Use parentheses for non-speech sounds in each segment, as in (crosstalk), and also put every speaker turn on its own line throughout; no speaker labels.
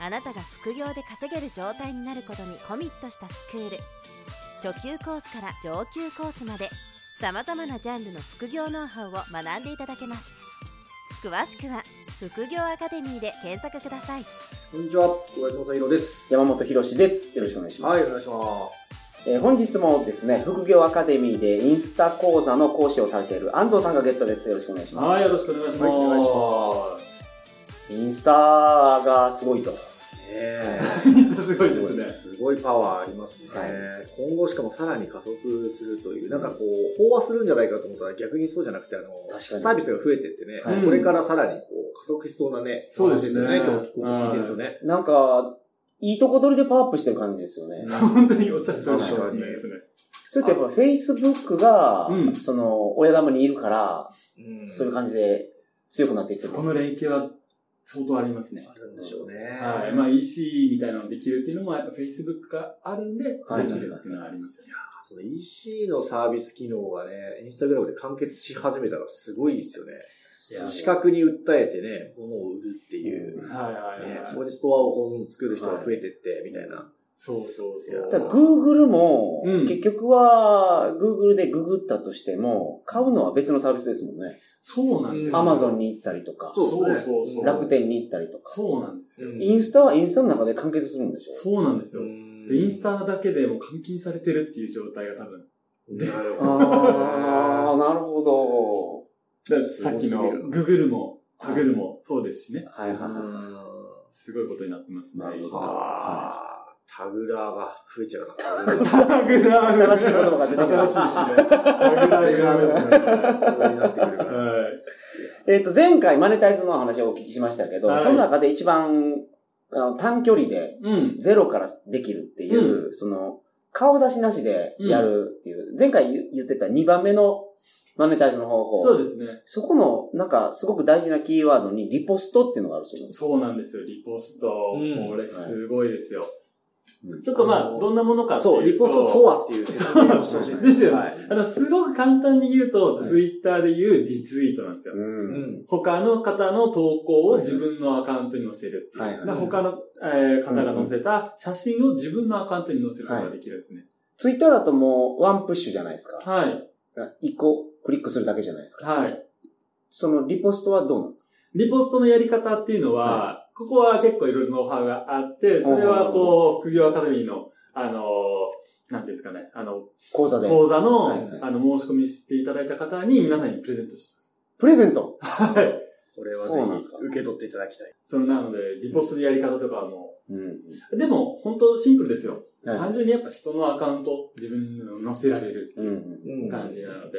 あなたが副業で稼げる状態になることにコミットしたスクール初級コースから上級コースまでさまざまなジャンルの副業ノウハウを学んでいただけます詳しくは「副業アカデミー」で検索ください
こんにちは、小林正宏です。
山本博史です。よろしくお願いします。
はい、お願いします。
えー本日もですね、副業アカデミーでインスタ講座の講師をされている安藤さんがゲストです。よろしくお願いします。
よろしくお願いし
ます
お願いします。
インスタがすごいと。
ねえ
(laughs) すごいですね。
すごいパワーありますね、
はい
今後しかもさらに加速するという、なんかこう、飽和するんじゃないかと思ったら逆にそうじゃなくて、あの
確かに
サービスが増えてってね、
はい
これからさらにこう加速しそうなね、
そうですね
話よね、今日こう聞いてるとね。
なんか、いいとこ取りでパワーアップしてる感じですよね。
本当におっしゃる通り
確かに
ですね。
それってやっぱ Facebook が、
うん
その、親玉にいるから、
うん
そういう感じで強くなっていって
そ
る
この連携は相当ありますね
あ。るんでしょうね。
はい。まあ EC みたいなのできるっていうのも、やっぱ Facebook があるんで、で
はい
きるっていうのはありますよね。
その EC のサービス機能がね、インスタグラムで完結し始めたらすごいですよね。
いや
視覚に訴えてね、物を売るっていう。
はいはいはい
ね
はい。、
そこでストアを今後作る人が増えてって、みたいな。
そうそうそ
だから
う。
Google も、
うん
結局は Google でググったとしても、買うのは別のサービスですもんね。
そうなんですよ。
Amazon に行ったりとか、
そうそう
ですね
そうそう
楽天に行ったりとか。
そうなんですよ。
うん
インスタはインスタの中で完結するんでしょ
そうなんですよ。で、インス
タ
タだけでもう換金されてるっていう状態が多分。
なるほ
ああ、
ど。
なるほ
だから
す
さっ
ご
き
すぎる
の Google も、タグルもそうですしね
ど。。はいはいは
すごいことになってますね
な、る
イ
ほ
ンス
ど
タは。
あータグラーが増えちゃうな。タグラー
タグラ
新しい言葉が出てきた
新しいですね。タグラーがですね。
になってくるから。
はい
い。えっ、と、前回マネタイズの話をお聞きしましたけど、
はい
その中で一番あの短距離で
うん。
ゼロからできるっていう、その、顔出しなしでやるっていう、前回言言ってた2番目のマネタイズの方法。
そうですね。
そこの、なんか、すごく大事なキーワードに、リポストっていうのがあるそうなんです。
そうなんですよ、リポスト。
うん
これすごいですよ。
うん
ちょっとま
あ
あ、
の
どんなものかっていうと。
そう、リポストとはっていう
(laughs)
説明をしてほしいですね。
そう
はい
あの、すごく簡単に言うと、
はい
ツイッターで言うリツイートなんですよ。
う
うん。
ん。
他の方の投稿を自分のアカウントに載せるっていう。
はいはい
で他の、えー方が載せた写真を自分のアカウントに載せることができるんですね。
ツイッターだともう、ワンプッシュじゃないですか。
はい。
一個クリックするだけじゃないですか。
はい。
そのリポストはどうなんですか
リポストのやり方っていうのは、ここは結構いろいろノウハウがあって、それはこう、副業アカデミーの、あのーなんていうんですかね、あの、
講座で。
講座の、
はいはい
あの、申し込みしていただいた方に皆さんにプレゼントしてます。
プレゼント。
はい。
これはぜ
そうなんですか
ひ受け取っていただきたい。
それなので、リポストのやり方とかはも
うん。
う、でも、本当シンプルですよ。
は
単純にやっぱ人のアカウント、自分の載せられる
い。うん。
う
感じなので、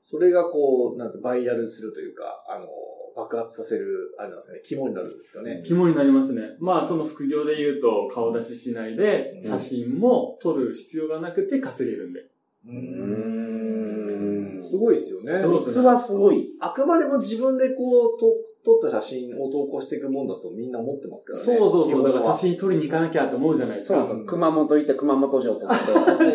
それがこう、なんてバイラルするというか、あの、爆発させる、あれなんですかね、肝になるんですかね。
肝になりますね。まあ、その副業で言うと、顔出ししないで
う、ん
写真も撮る必要がなくて稼げるんで。
う
うん
すごいですよね。
そう
質はすごい。
あくまでも自分でこう、と撮った写真を投稿していくもんだとみんな思ってますからね。
そうそう
基
そう。
本
だ
は
から写真撮りに行かなきゃって思うじゃないです
そうなん
か。
です
そ
よ。熊本行って熊本城
(laughs)
取って。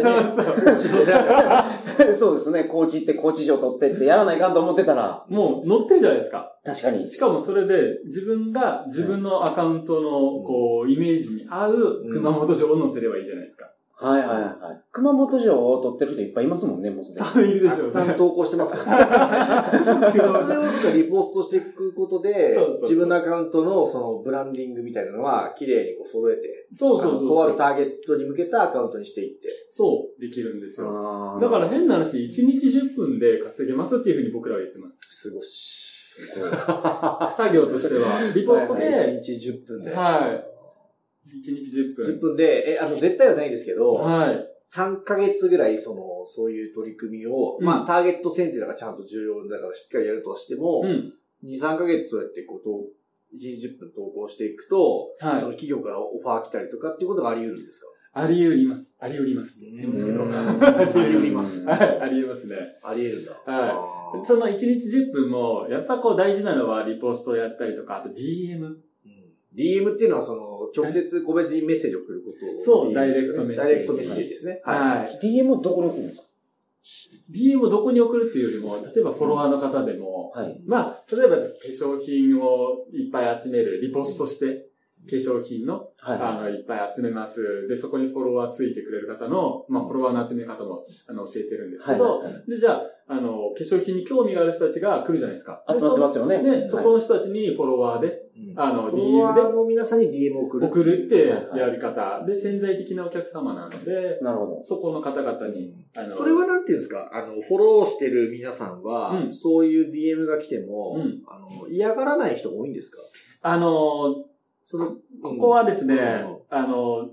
う (laughs) そう。
そうですね。高知行って高知城取ってってやらないかんと思ってたら、
もう載ってるじゃないですか。
確かに。
しかもそれで自分が自分のアカウントのこうイメージに合う熊本城を載せればいいじゃないですか。
はいはいはい。熊本城を取ってる人いっぱいいますもんね、もうすで
多
に。
分いるで
た
しょ
く
う
さん
ね。
投稿してますよね。 (laughs) それをなんかリポストしていくことで
そうそうそう
自分のアカウントのそのブランディングみたいなのは綺麗にこう揃えて、
(laughs) そうそうそう
あのとあ
そ
る (laughs)
う。
ターゲットに向けたアカウントにしていって。
そう、できるんですよ。
あー
だから変な話、1日10分で稼げますっていうふうに僕らは言ってます。
すごし。
(laughs) 作業としては。リポスト
は
で、
い
1日10分で。
はい。1日10
10
分。
分で、え、あの、絶対はないですけど、
はい。
3ヶ月ぐらい、その、そういう取り組みを、
うん
まあ、ターゲット選定だからちゃんと重要だからしっかりやるとしても、
うん。
2、3ヶ月そうやってこう、 1日10分投稿していくと、
は
その
い。
企業からオファー来たりとかっていうことがあり得るんですか
あり得ります。あり得ります。変ですけど。 (laughs)
うん
あり得ります。
す
はい、あり得ますね。
あり得るんだ。
はい
あー
その1日10分も、やっぱこう大事なのはリポストをやったりとか、あと DM。
うん DM っていうのは、その、直接個別にメッセージを送ることを。
そう
DM
ダイレクトメッセージ
ダイレクトメッセージですね。い。
は
DM をどこに送るんです
い。DM をどこに送るっていうよりも、例えばフォロワーの方でも、
かはい。
まあ、例えばじゃあ化粧品をいっぱい集める、リポストして、化粧品の、あ
は
の、いっぱい集めます。で、そこにフォロワーついてくれる方の、まあ、フォロワーの集め方も、あの、教えてるんで
い。
すけど、で、じゃあ、あの、化粧品に興味がある人たちが来るじゃないですか。で
集まってますよね。
そね、そこの人たちにフォロワーで、
うん
あの、
フォロ
DM
ワ
で
ーの皆さんに DM を送る。
送るってやり方で潜在的なお客様なので、
なるほ
そこの方々に、あの、
それはなんていうんですか、あの、フォローしてる皆さんは、
うん
そういう DM が来ても、
うん
あの嫌がらない人も多いんですか
あの、
その、
ここはですね
うん、
あの、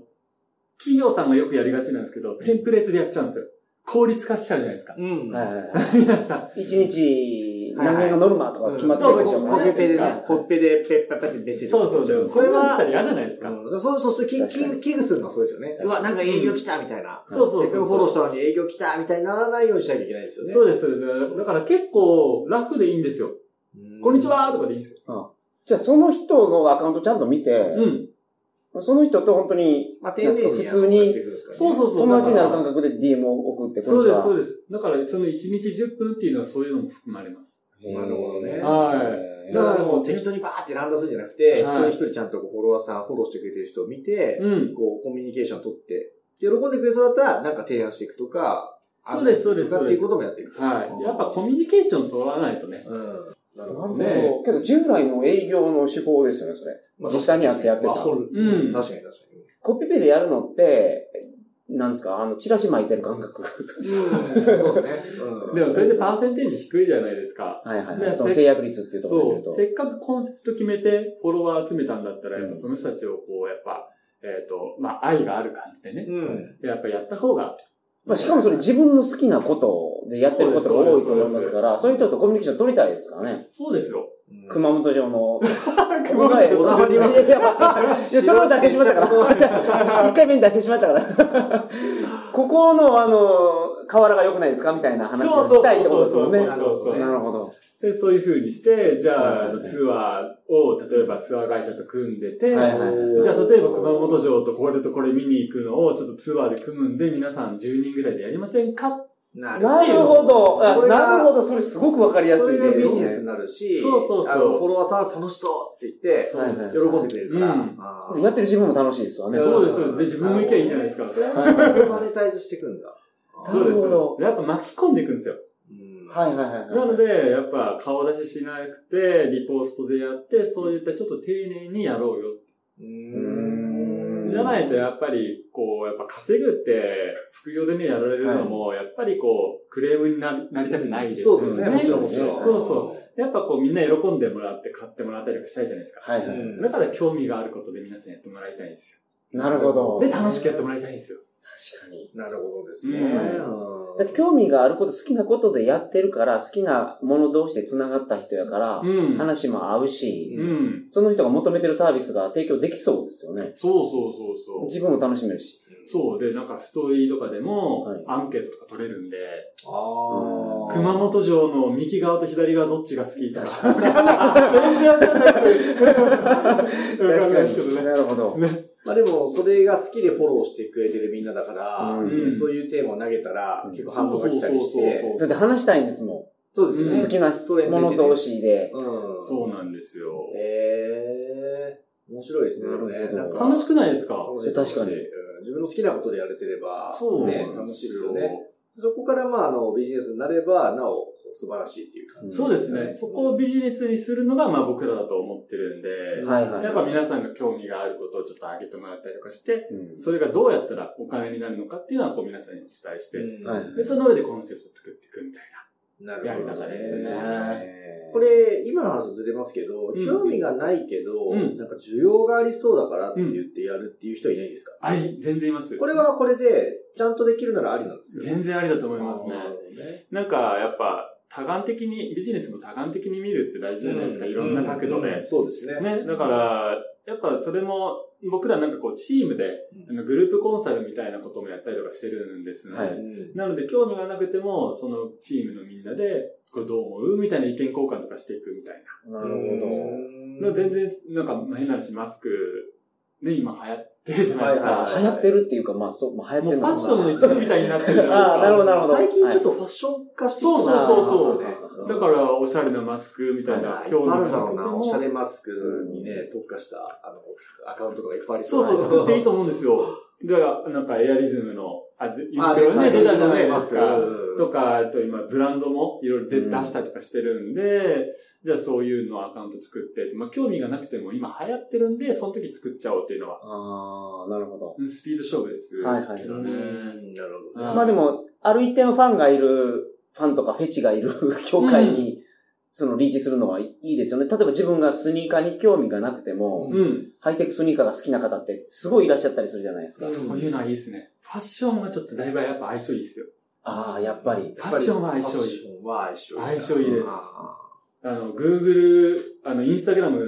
企業さんがよくやりがちなんですけど、テンプレートでやっちゃうんですよ。効率化しちゃうじゃないですか。
うん。
ど。はいはいは
皆さん。
い。一日何年のノルマとか決まって
そう
る
そ
じゃ
うんそ
コ
う
ピペで
は
ね
い、
コピペでペッパッパってメッセージ
そうそうそう。
そ
そ
れ
れは
は
来たら嫌じゃないですか。
うん、そうそうそう、き
確か
き
に
危惧するのはそうですよね。う
確かに
わ、なんか営業来たみたいな。
うんそうそうそう
せっかくフォローしたのに営業来たみたいにならないようにしなきゃいけないですよね。
そうです、そうです。だから結構、ラフでいいんですよ。
うん
こんにち。はとかでいいんですよ。
じゃあその人のアカウントちゃんと見て、
うん。
その人と本当に、
まあ、丁寧に
普通に、
そうそうそう。
友達になる感
だか
覚で DM を送って、
らそうです、
こん
そ
にちは
うです。だから、その1日10分っていうのはそういうのも含まれます。
なるほどね
はい
だ
だ
か
からら
も
も
う
う
適当にバーってランダするんじゃなくて、一
はい
人一人ちゃんとこうフォロワーさん、フォローしてくれてる人を見て、
うん。
こうコミュニケーションを取って、で喜んでくれそうだったら、なんか提案していくとか、
そうですそうです
アドバイスしていくとかっていうこともやっていく。
はい。やっぱコミュニケーション取らないとね。
うん。なる
なる
ほ
ほ
ど
ど。
ね
けど従来の営業の手法ですよね、それ。
まあ
実際にやってやってた
まあ本
うん
確かに確かに。
コピペでやるのって、なんですかあの、チラシ巻いてる感 (laughs) 覚。
うん、そうですね。うん。
でもそれでパーセンテージ低いじゃないですか。
はいはいは
ね
い。その
せ
制約率っていうところで
そ
見ると。
う。せっかくコンセプト決めてフォロワー集めたんだったら、やっ
うん
ぱその人たちをこう、やっぱ、えっ、と、まあ、愛がある感じでね。
うん。
やっぱやった方が。
まあ、しかもそれ自分の好きなことでやってることが多いと思いますから、
そ
そう
う
いう
ですそうです
人とコミュニケーション取りたいですからね。
そうで
(laughs)
すよ。
熊本城の。
熊本
小
城
田原いやいやいやそれを出してしまったから。一回目に出してしまったから。ここの、あの、河原が良くないですかみたいな話をしたいってことですよね。
そう
な
そ
る
うそうそう
ほ
そうそう
どなるほど。
で、そういう風にして、じゃ
は
あ、
いはいはい
ツアーを、例えばツアー会社と組んでて、
はいはいはい
じゃあ、例えば熊本城とこれとこれ見に行くのを、ちょっとツアーで組むんで、皆さん10人ぐらいでやりませんか
な
なるほど。
そ
あ
れが
なるほど。それすごくわかりやすい
それが
ね
ビジネスになるし、
そうそうそう
あのフォロワーさんは楽しそうって言って、
そうです
はいはい
喜んでくれるから。
うん
あ
やってる自分も楽しいですわね。
そうですそうですで自分の意見いいじゃないですか
それをマネタイズしていくんだ。
な
そう
る
で
ほ
す
ど
そうです。やっぱ巻き込んでいくんですよ。
うん
はいはいはい。
なの、で、やっぱ顔出ししなくて、リポストでやって、そういったちょっと丁寧にやろうよ。
う
うん
じゃないとやっぱり、こう、やっぱ稼ぐって、副業でね、やられるのも、やっぱりこう、クレームにななりたくないです
そ
よ
うですね、もちろんもちろん。
そうそやっぱこう、みんな喜んでもらって、買ってもらったりとかしたいじゃないですか。
はいはい。
ん
だから興味があることで皆さんやってもらいたいんですよ。
なるほど。
で、
確
楽しくやってもらいたいんですよ。
かに。
なるほどですね。
うん
うん
だって興味があること、好きなことでやってるから、好きなもの同士で繋がった人やから、
うん。
話も合うし、
うん。
その人が求めてるサービスが提供できそうですよね。
そうそうそうそう。
自分も楽しめるし。
そう。で、なんかストーリーとかで
はい
も、アンケートとか取れるんで、
ああ。
熊本城の右側と左側どっちが好きとか。全然わかんない。わかんないですけどね。
なるほど。
まあでも、それが好きでフォローしてくれてるみんなだから、
うん
そういうテーマを投げたら、
うん
結構反応が来たりして、
だって話したいんですも。
そう
そうそうんうん
好きな
それについ
も
てね
の同士で。
うん。
そうなんですよ。
ええ面白いですね。
なるほど
でもねなんか
楽しくないですか
楽しい
確かに
うん自分の好きなことでやれてれば、
そう
ね、
なん
楽
で
しいで
す
すよ
よ
ね。。そこから、まあ、あの、ビジネスになれば、なお、素晴らしいっていう感じ。
そうですね。そこをビジネスにするのが、まあ僕らだと思って
う
るん
ん
で、
はいはい。
やっぱ皆さんが興味があることをちょっと挙げてもらったりとかして、
うん
それがどうやったらお金になるのかっていうのは、こう皆さんにお伝えして、
うん
はい
で、その上でコンセプト作っていくみたい
なるほど
やり方ですね
こ、れ、今の話ずれますけど、
うん
興味がないけど、
うん
なんか需要がありそうだからって言ってやるっていう人はいないですか、
な。あり、全然います。
これはこれで、ちゃんとできるならありなんですよ。
全然ありだと思いますね。なんか、やっぱ、多眼的に、ビジネスも多眼的に見るって大事じゃないですか、いろんな角度
う
で
ん。そうですね。
ね、だから、やっぱそれも、僕らなんかこう、チームで、あのグループコンサルみたいなこともやったりとかしてるんですね。
はい
うん
なので、興味がなくても、そのチームのみんなで、これどう思うみたいな意見交換とかしていくみたい
な
な。全然、なんか変な話、マスク、ね、今流行ってるじゃないですか。
はいはい
流行ってるっていうか、まあ、そう、まあ、流行
も
っ
う
て
フ
る
ァッションの
の
一部みたいになってるじゃないですか。
あーなるほどなるほど
最近ちょっとファッション化してきてますね
そうそうそうそう
ね
だから、おしゃれなマスクみたいな、
はい
興味が
あ
な
るだろう
くて
な。
も
おしゃれマスクにね、特化した、あの、アカウントとかいっぱいあり
そうそう、作っていいと思うんです
よ。
よ。だから、なんかエアリズムの、あ、でユニ
あ
クロね、出たじゃないです
出た
か
ねマス。ク
とか、あと今、ブランドもいろいろ出
うん
出したりとかしてるんで、じゃあそういうのをアカウント作って、まあ興味がなくても今流行ってるんで、その時作っちゃおうっていうのは、
ああ、なるほど。
うんスピード勝負です。
はいはい
け
う
ど
ん
ね。
なるほ
う
ど
ん
ね。
まあでも、ある一定のファンがいる、ファンとかフェチがいる (laughs) 協会に、そのリーチするのはいいですよね。例えば自分がスニーカーに興味がなくても、
うん。
ハイテクスニーカーが好きな方ってすごいいらっしゃったりするじゃないですか。
そういうのはいいですね。ファッションはちょっとだいぶやっぱ相性いいですよ。
ああ、やっぱり。
ファッションは相性いい
ファッションは相性いい。
相性いいです
あ
あの、Google、あの、Instagram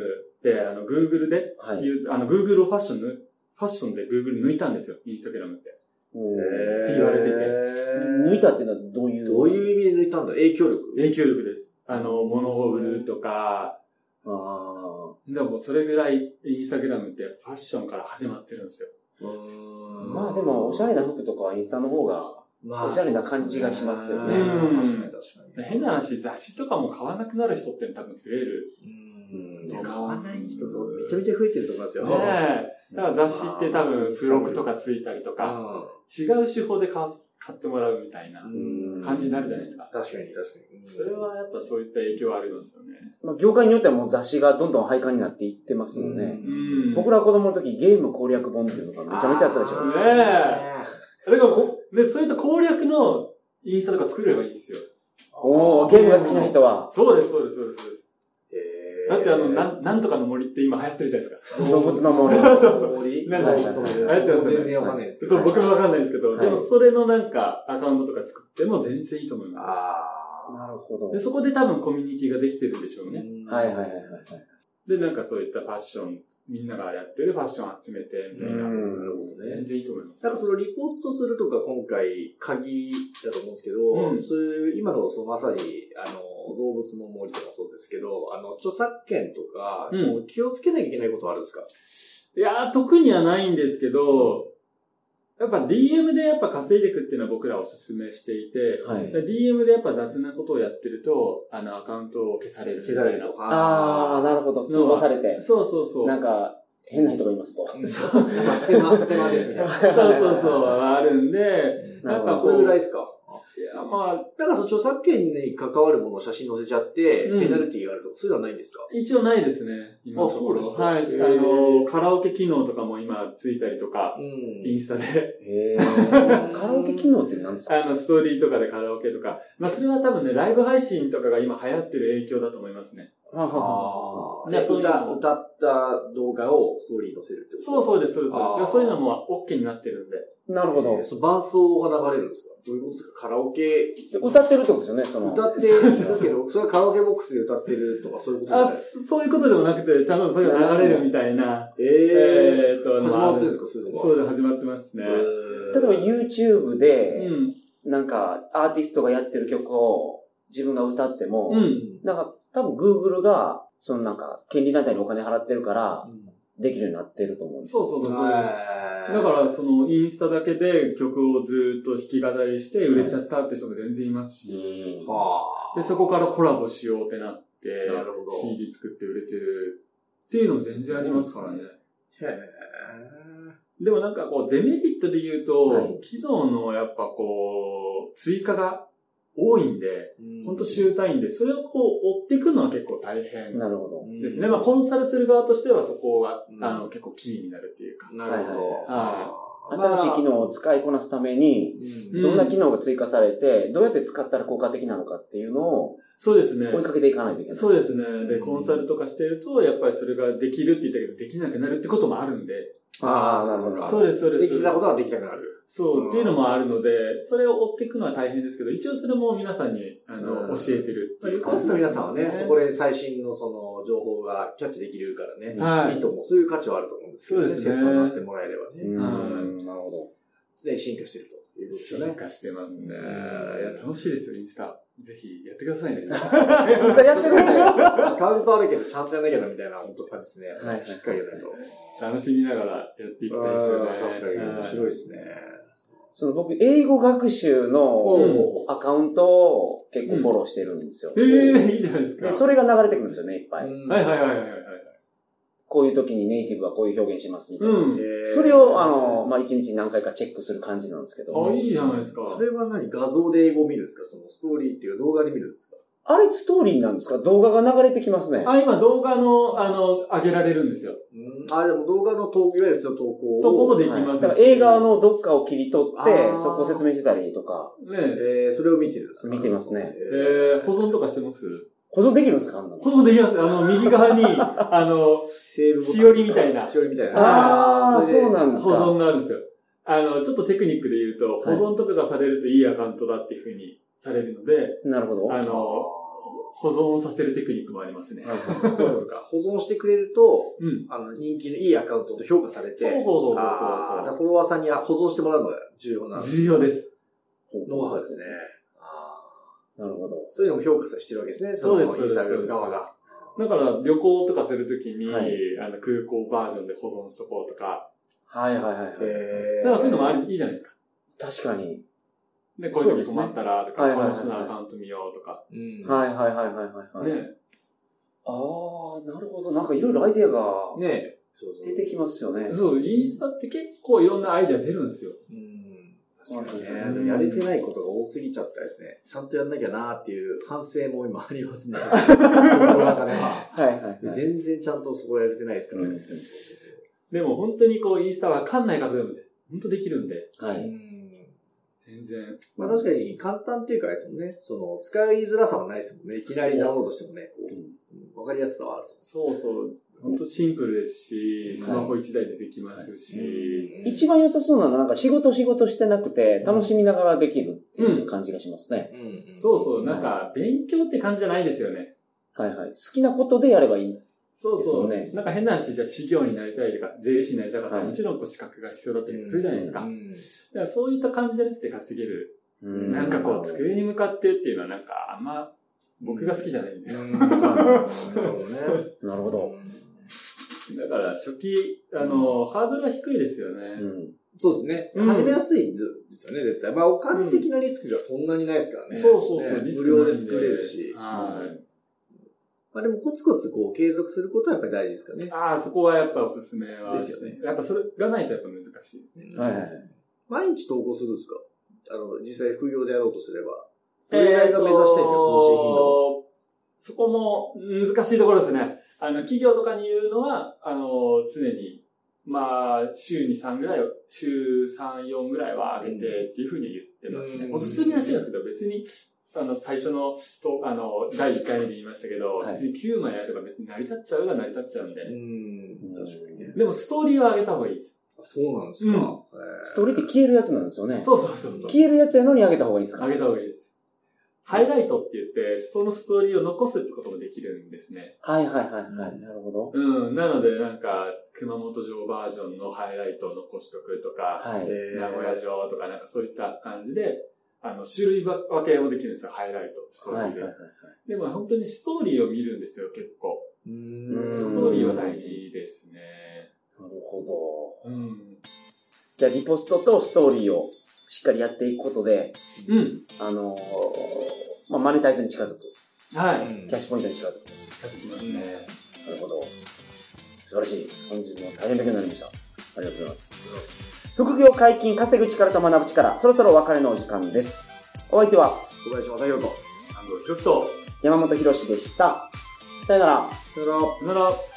で、あの、Google で、
はい。
いうあの、Google をファッションぬ、ファッションで Google 抜いたんですよ、Instagram って。
うん
ー
って言われてて
抜いたっていうのはどういう
どういう意味で抜いたんだ影響力。
影響力です。あの、物を売るとか、
ああ。
でもそれぐらいインスタグラムってやっぱファッションから始まってるんですよ。
ま
ま
あでも、おしゃれな服とかはインスタの方が、
ま
おしゃれな感じがしますよ
ね
うん確かに確かに。
変な話、雑誌とかも買わなくなる人って多分増える。
うん。買わない人とめちゃめちゃ増えてると思います
ね
よ。
え。だから雑誌って多分付録とかついたりとか、違う手法で買わ買ってもらうみたいな
うん
感じになるじゃないですか。
確かに確かに。
それはやっぱそういった影響はありますよね。
まあ業界によってはもう雑誌がどんどん廃刊になっていってますよね。
うん。
僕ら子供の時ゲーム攻略本っていうのがめちゃめちゃあったでしょ。
だからこ、ね、そういった攻略のインスタとか作ればいいんですよ。
おお、ゲームが好きな人は、
そうです、そうです、そうです。そうです
えー
だってあの、なん、なんとかの森って今流行ってるじゃないですか。
動物の森。
そうそうそう。
森
なん
か
はいはい
流行ってますよね
全然わかんないですけど。
そう、僕もわかんないですけど、
はい
でもそれのなんかアカウントとか作っても全然いいと思いま
あ
なるほど
す。で、。そこで多分コミュニティができてるんでしょう
ー
ね。
はいはいはいはい。
で、なんかそういったファッション、みんながやってるファッションを集めて、みたいな。
うん
なるほどね
全。然いいと思います。
なんかそのリポストするとか今回鍵だと思うんですけど、
うん
そういう今のそのまさにあの動物の森とかそうですけど、あの著作権とか、
うん
こう気をつけなきゃいけないことはあるんですか
いやー、特にはないんですけど、やっぱ DM でやっぱ稼いでいくっていうのは僕らおすすめしていて、
はい。
DM でやっぱ雑なことをやってると、あの、アカウントを消されるみ
消さ
た
れ
い
る
な
と。か。
ああ、なるほど。通報されて、
そうそうそう。
なんか、変な人がいますと。
そう、スマステマ、ステマですみたいな。
(laughs) そうそうそう、あるんで、
な
や
るほ
っ
ど
ぱこ
そうれぐらいですか
いや、まあ、
だからその著作権に関わるものを写真載せちゃって、
うん
ペナルティーがあるとか、そういうのはないんですか
一応ないですね、今のところ。
あそう
はい、あ
ですかへー
の、カラオケ機能とかも今ついたりとか、
うん
インスタで、
へえ。
(laughs)
カ
カラオケ機能って何ですか
あの、ストーリーとかでカラオケとか、まあ、それは多分ね、ライブ配信とかが今流行ってる影響だと思いますね。
はははは
ああ。
じゃあそういう
歌、
の
歌った動画をストーリーに載せるってこと
そうそうです、そうです。だ
あー
からそういうのはもう OK になってるんで。
なるほど
えー。その伴奏が流れるんですかどういうことですかカラオケ、
で歌ってるってことですよね、その。
歌ってるんですけど、それはカラオケボックスで歌ってるとかそういうこと
あ、
です
そそういうことでもなくて、ちゃんとそういうの流れるみたいな。
かえ
えーっと、
ー、始まってるんです
か
かそういうのが。
そうで始まってますね。
例えば
え
YouTube で、
うん。
なんか、アーティストがやってる曲を自分が歌っても、
うん。
なんか、多分 Google が、そのなんか、権利団体にお金払ってるから、できるようになってると思うんです。
そうそうそうそう。
だ
だから、その、インスタだけで曲をずっと弾き語りして売れちゃったって人も全然いますし、
はあ。
で、そこからコラボしようってなって、
なるほど
CD 作って売れてるっていうのも全然ありますからね。
へー
でもなんかこう、デメリットで言うと、
はい
機能のやっぱこう、追加が多いんで、ほんと集単位で、それをこう、追っていくのは結構大変
なるほど。
ですね。まあ、コンサルする側としてはそこが、
うん
あの、結構キーになるっていうか。
なるほど。
はいはい
はい
新しい機能を使いこなすために、
うん
どんな機能が追加されて、どうやって使ったら効果的なのかっていうのを
そうですね。
追いかけていかないといけない。
そうですね。で、コンサルとかしてると、やっぱりそれができるって言ったけど、できなくなるってこともあるんで。
ああ、
ー
なるほど。
そうです、そうです。
できたことはできたくなる。
そう、っていうのもあるので、それを追っていくのは大変ですけど、一応それも皆さんに、あの、
うん
教えてるっていう
コースの皆さんはね、そこ
で。
で最新のその情報がキャッチできるからね、
はい
いと思う。そういう価値はあると思うんですけどね。
そうですね
シェフさんになってもらえればね。
う
うん
ん、なるほ
常に進化してるということですよ
進
ね。
化してますね。い
うん
や、楽しいですよ、インスタ。ぜひ、やってくださいね。
ど。
(laughs)
実際やってるんだよ。
アカウントあるけど、ちゃんとやんなきゃなみたいな、本当感じですね。
はい
しっかりやらないと。
楽しみながらやっていきたいですよね。
確かに
うん
面白いですね。
その僕、英語学習の
お
アカウントを結構フォローしてるんですよ。
ええいいじゃないですか。
で、それが流れてくるんですよね、いっぱい。
はいはいはいはいはい。
こういう時にネイティブはこういう表現しますみたいな。
うん。
それを、あの、、まあ、一日に何回かチェックする感じなんですけ
あ、
ど。
いいじゃないですか。
それは何画像で英語を見るんですかそのストーリーっていうか動画で見るんですか
あれ、ストーリーなんですか動画が流れてきますね。
あ、今動画の、あの、上げられるんですよ。
うん。あ、でも動画の投稿、いわゆる普通の投稿を。
投稿もできま
はい
すし
だから映画のどっかを切り取って
あー、
そこを説明してたりとか、
ね
えー、それを見てるんですか
見てますね
え
え
ー保存とかしてます
保存できるんですかあんなの
保存できます。あの、右側に、 (laughs) あの
ー、、セーブボタン
しおりみたいな
しおりみたいな。
ああ、
れで
そうなんです
保
か。
存があるんですよ。あの、ちょっとテクニックで言うと、
はい
保存とかがされるといいアカウントだっていうふうにされるので、
なるほど。
あの、保存させるテクニックもありますね。
(laughs)
そうですか。保存してくれると、
うん。
あの、人気のいいアカウントと評価されて、
そうそうそうそうそ
あ
う
ーだからフォロワーさんには保存してもらうのが重要な
重要です。
ノウハウですね。
なるほど。
そういうのも評価してるわけですね。
そうです
のインスタグラ
そう
ム
です
側が。
だから、旅行とかするときに、
はい
あの、空港バージョンで保存しとこうとか、
はいはいはいはい。
え
だ
ー
からそういうのもあり、いいじゃないですか。
確かに。
ね、こういう時困ったらとか、
そうですね
この人のアカウント見ようとか、
うん
はいはいはいはいはいはい。
ね。
ああ、なるほど。なんかいろいろアイデアが
ねえ。そうそう。
出てきますよね。
そう、インスタって結構いろんなアイデア出るんですよ。
うん。確かにね
う。ん
でもやれてないことが多すぎちゃったですね。ちゃんとやんなきゃなーっていう反省も今あります
(laughs)
ね。この中では。
はいはいはい。
全然ちゃんとそこやれてないですからね。
うん
そうそう
でも本当にこう、インスタわかんない方でも、本当できるんで、
は
そうう
い。
ん
全然。
まあ確かに簡単っていうかあれですもんね。その、使いづらさはないですもんね。いきなりダウンロードしてもね、こう、わかりやすさはあると
そうそう。本当シンプルですし、
い
スマホ一台でできます
思う
し、
うん
一、番良さそうなのは、なんか仕事仕事してなくて、楽しみながらできるっていううん感じがしますね。
うんん
そうそう、なんか、勉強って感じじゃないですよね。
はいはい。好きなことでやればいい。
そうそう。
ですよね
なんか変な話、じゃあ、修行になりたいとか、税理士になりたかったら、
はい
もちろんこう資格が必要だったりするじゃないですか。
う
だ
ん
からそういった感じじゃなくて稼げる。
うん
なんかこう、机に向かってっていうのは、なんか、あんま、僕が好きじゃ (laughs) ないんで。
うんなるほどね。
なるほど。
だから、初期、あの、ハードルは低いですよ
う
ね。
ん。
そうですね。
うん
始めやすいんですよね、絶対。まあ、お金的なリスクがそんなにないですからね。
そうそうそう、
ね
リス
無
ク
料
ないん
で作れるし。
はい。
まあ、でも、コツコツこう、継続することはやっぱり大事ですからね。
ああ、そこはやっぱおすすめは。
ですよね
やっぱそれがないとやっぱ難しいですね。
はいはいはい。
毎日投稿するんですかあの、実際副業でやろうとすれば。どれぐらいが目指したいですか、更新頻度。
そこも難しいところですね。あの、企業とかに言うのは、あの、常に、まあ、週に3ぐらい、週3、4ぐらいは上げてっていうふうに言ってますね
う。ん
おすすめらしいんですけど、別に、あの、最初のと、あの、第1回目で言いましたけど、
はい
別に9枚あれば別に成り立っちゃうが成り立っちゃうんで。
うん、確かにね。
でも、ストーリーは上げた方がいいです。
あそうなんですか。
うん
へー
ストーリーって消えるやつなんですよね。
そうそうそうそう。
消えるやつやのに上げた方がいいんですか
上げた方がいいです。ハイライトって言って、そのストーリーを残すってこともできるんですね。
はいはいはいはい。なるほど。
うん。なので、なんか、熊本城バージョンのハイライトを残しとくとか、
はい。
えー
名古屋城とか、なんかそういった感じで、あの、種類分けもできるんですよ、ハイライト、ストー
はい
リ
は
ー
いはい。
で。でも本当にストーリーを見るんですよ、結構。
う
うん
ん
ストーリーは大事ですね。
なるほど。
うん。
じゃあ、リポストとストーリーをしっかりやっていくことで、
うん。
あのーまあ、マネタイズに近づく。
はい。
キャッシュポイントに近づく。
近づきますね。
なるほど。素晴らしい。本日も大変勉強になりました。ありがとうございます。副業解禁、稼ぐ力と学ぶ力、そろそろお別れのお時間です。お相手は
小林正宏と。
安藤博樹と、
山本博史でした。さよなら。
さよなら。
さよなら。